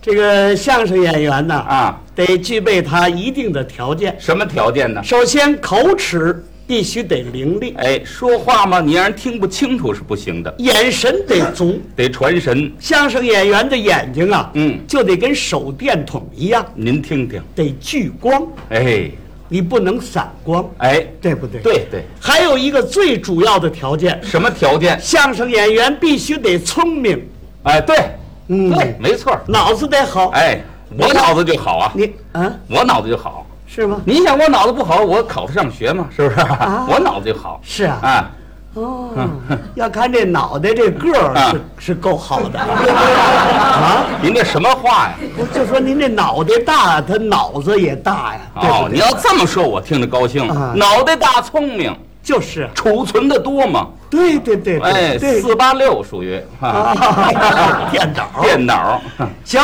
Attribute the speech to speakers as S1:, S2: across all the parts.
S1: 这个相声演员呢，
S2: 啊，
S1: 得具备他一定的条件。
S2: 什么条件呢？
S1: 首先，口齿必须得伶俐，
S2: 哎，说话嘛，你让人听不清楚是不行的，
S1: 眼神得足。
S2: 得传神。
S1: 相声演员的眼睛啊，
S2: 嗯
S1: 就得跟手电筒一样，
S2: 您听听，
S1: 得聚光，
S2: 哎，
S1: 你不能散光，
S2: 哎，
S1: 对不对？。
S2: 对对，
S1: 还有一个最主要的条件，
S2: 什么条件？
S1: 相声演员必须得聪明，
S2: 哎，对，
S1: 嗯
S2: 对，没错儿。
S1: 脑子得好。
S2: 哎，我脑子就好啊，
S1: 你啊，
S2: 我脑子就好。
S1: 是吗？
S2: 你想我脑子不好，我考得上学吗？是不是？我脑子就
S1: 啊
S2: 好。
S1: 是啊
S2: 啊，
S1: 哦，要看这脑袋这个儿是、
S2: 啊
S1: 是够好 的啊！
S2: 您这什么话呀？
S1: 我就说您这脑袋大，他脑子也大呀，对
S2: 哦
S1: 不，对？
S2: 你要这么说，我听着高兴
S1: 啊。
S2: 脑袋大，聪明，
S1: 就是啊，
S2: 储存的多嘛。
S1: 对对对对
S2: 哎，
S1: 对，
S2: 四八六属于啊，
S1: 啊 电脑
S2: 电脑。
S1: 行。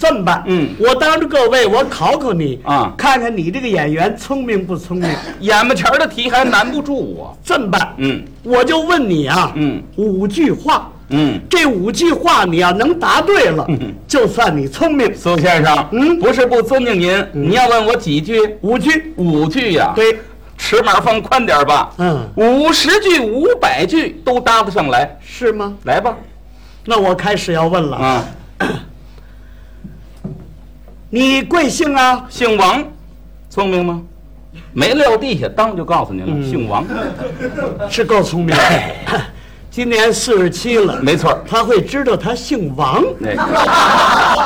S1: 这么办，
S2: 嗯
S1: 我当着各位，我考考你
S2: 啊
S1: 看看你这个演员聪明不聪 明。
S2: 眼巴前儿的题还难不住我。
S1: 这么办，
S2: 嗯
S1: 我就问你啊，
S2: 嗯
S1: 五句话，
S2: 嗯，
S1: 这五句话你要能答对了，就算你聪明。
S2: 苏先生，
S1: 嗯
S2: 不是不尊敬您，你要问我几句？
S1: 五句，
S2: 五句呀。，
S1: 对，
S2: 尺码放宽点儿吧。
S1: 嗯
S2: 五十句、五百句都搭得上来，
S1: 是吗？
S2: 来吧。
S1: 那我开始要问了，
S2: 啊，
S1: 你贵姓啊？
S2: 姓王，聪明吗？没撂地下，当就告诉您了，姓王，
S1: 是够聪明的， 今年四十七了，
S2: 没错儿。
S1: 他会知道他姓王，
S2: 哎，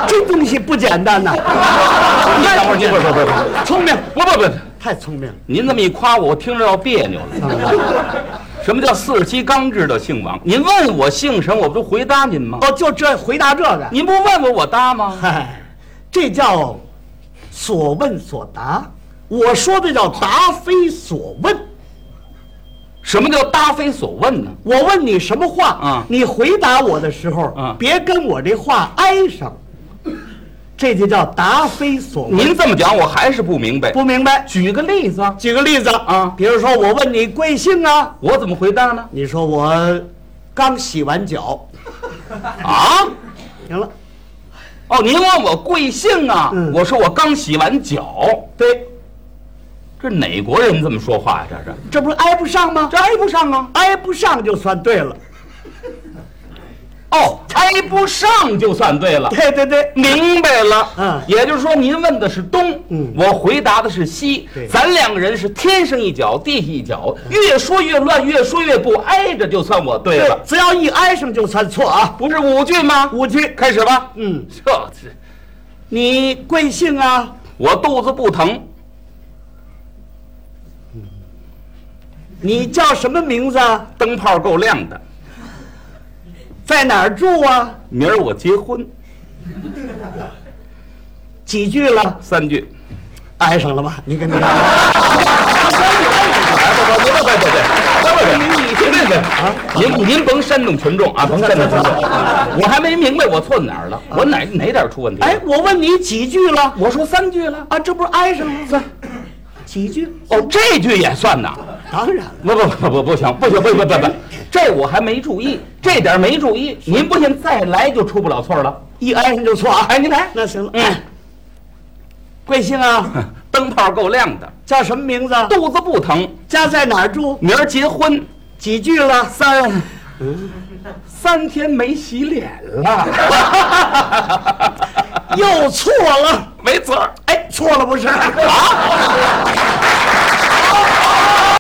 S1: 这东西不简单呐、
S2: 你等会儿，你不不不不
S1: 聪明，
S2: 不不不，
S1: 太聪明了。
S2: 您这么一夸我，我听着要别扭了。什么叫四十七刚知道姓王？您问我姓什么，我不就回答您吗？
S1: 哦，就这回答这个，
S2: 您不问我，我答吗？
S1: 嗨，这叫所问所答。我说的叫答非所问。
S2: 什么叫答非所问呢？
S1: 我问你什么话
S2: 啊
S1: 你回答我的时候，
S2: 啊
S1: 别跟我这话挨上，这就叫答非所问。
S2: 您这么讲，我还是不明白。
S1: 不明白？
S2: 举个例子啊，
S1: 举个例子
S2: 啊
S1: 比如说我问你贵姓啊，
S2: 我怎么回答呢？
S1: 你说我刚洗完脚，
S2: 啊？
S1: 行了，
S2: 哦，您问我贵姓啊？
S1: 嗯
S2: 我说我刚洗完脚。
S1: 对，
S2: 这哪国人这么说话呀、这是
S1: 这不是挨不上吗？
S2: 这挨不上啊！
S1: 挨不上就算对了。
S2: 哦，挨不上就算对了。
S1: 对对对，
S2: 明白了，
S1: 嗯
S2: 也就是说您问的是东，
S1: 嗯
S2: 我回答的是西
S1: 对，
S2: 咱两个人是天上一脚，地下一脚，越说越乱，越说越不挨着，就算我对了，
S1: 只要一挨上就算错啊。
S2: 不是五句吗？
S1: 五句，
S2: 开始吧。
S1: 嗯，
S2: 这是
S1: 你贵姓啊？
S2: 我肚子不疼，
S1: 你叫什么名字？啊？
S2: 灯泡够亮的。
S1: 在哪儿住啊？
S2: 明儿我结婚，
S1: 几句了？
S2: 三句。
S1: 挨上了吧？你跟你
S2: 哎，不不，您不不不不，您您您您甭煽动群众啊，甭煽动群众。我还没明白我错哪儿了，我哪哪点出问题？
S1: 哎，，我问你几句了？
S2: 我说三句了。
S1: 啊，这不是挨上了吗？几句？
S2: 哦，这句也算呐？
S1: 当然了。
S2: 不不不不不行不行不不不不，这我还没注意，这点没注意。您不信再来就出不了错了。
S1: 一挨上就错啊！
S2: 哎，您来，
S1: 那行了，
S2: 嗯，
S1: 贵姓啊？
S2: 灯泡够亮的，
S1: 叫什么名字？
S2: 肚子不疼，
S1: 家在哪儿住？
S2: 明儿结婚，
S1: 几句了？
S2: 三三天没洗脸了，
S1: 又错了。
S2: 没错儿。
S1: 哎，错了不是？啊，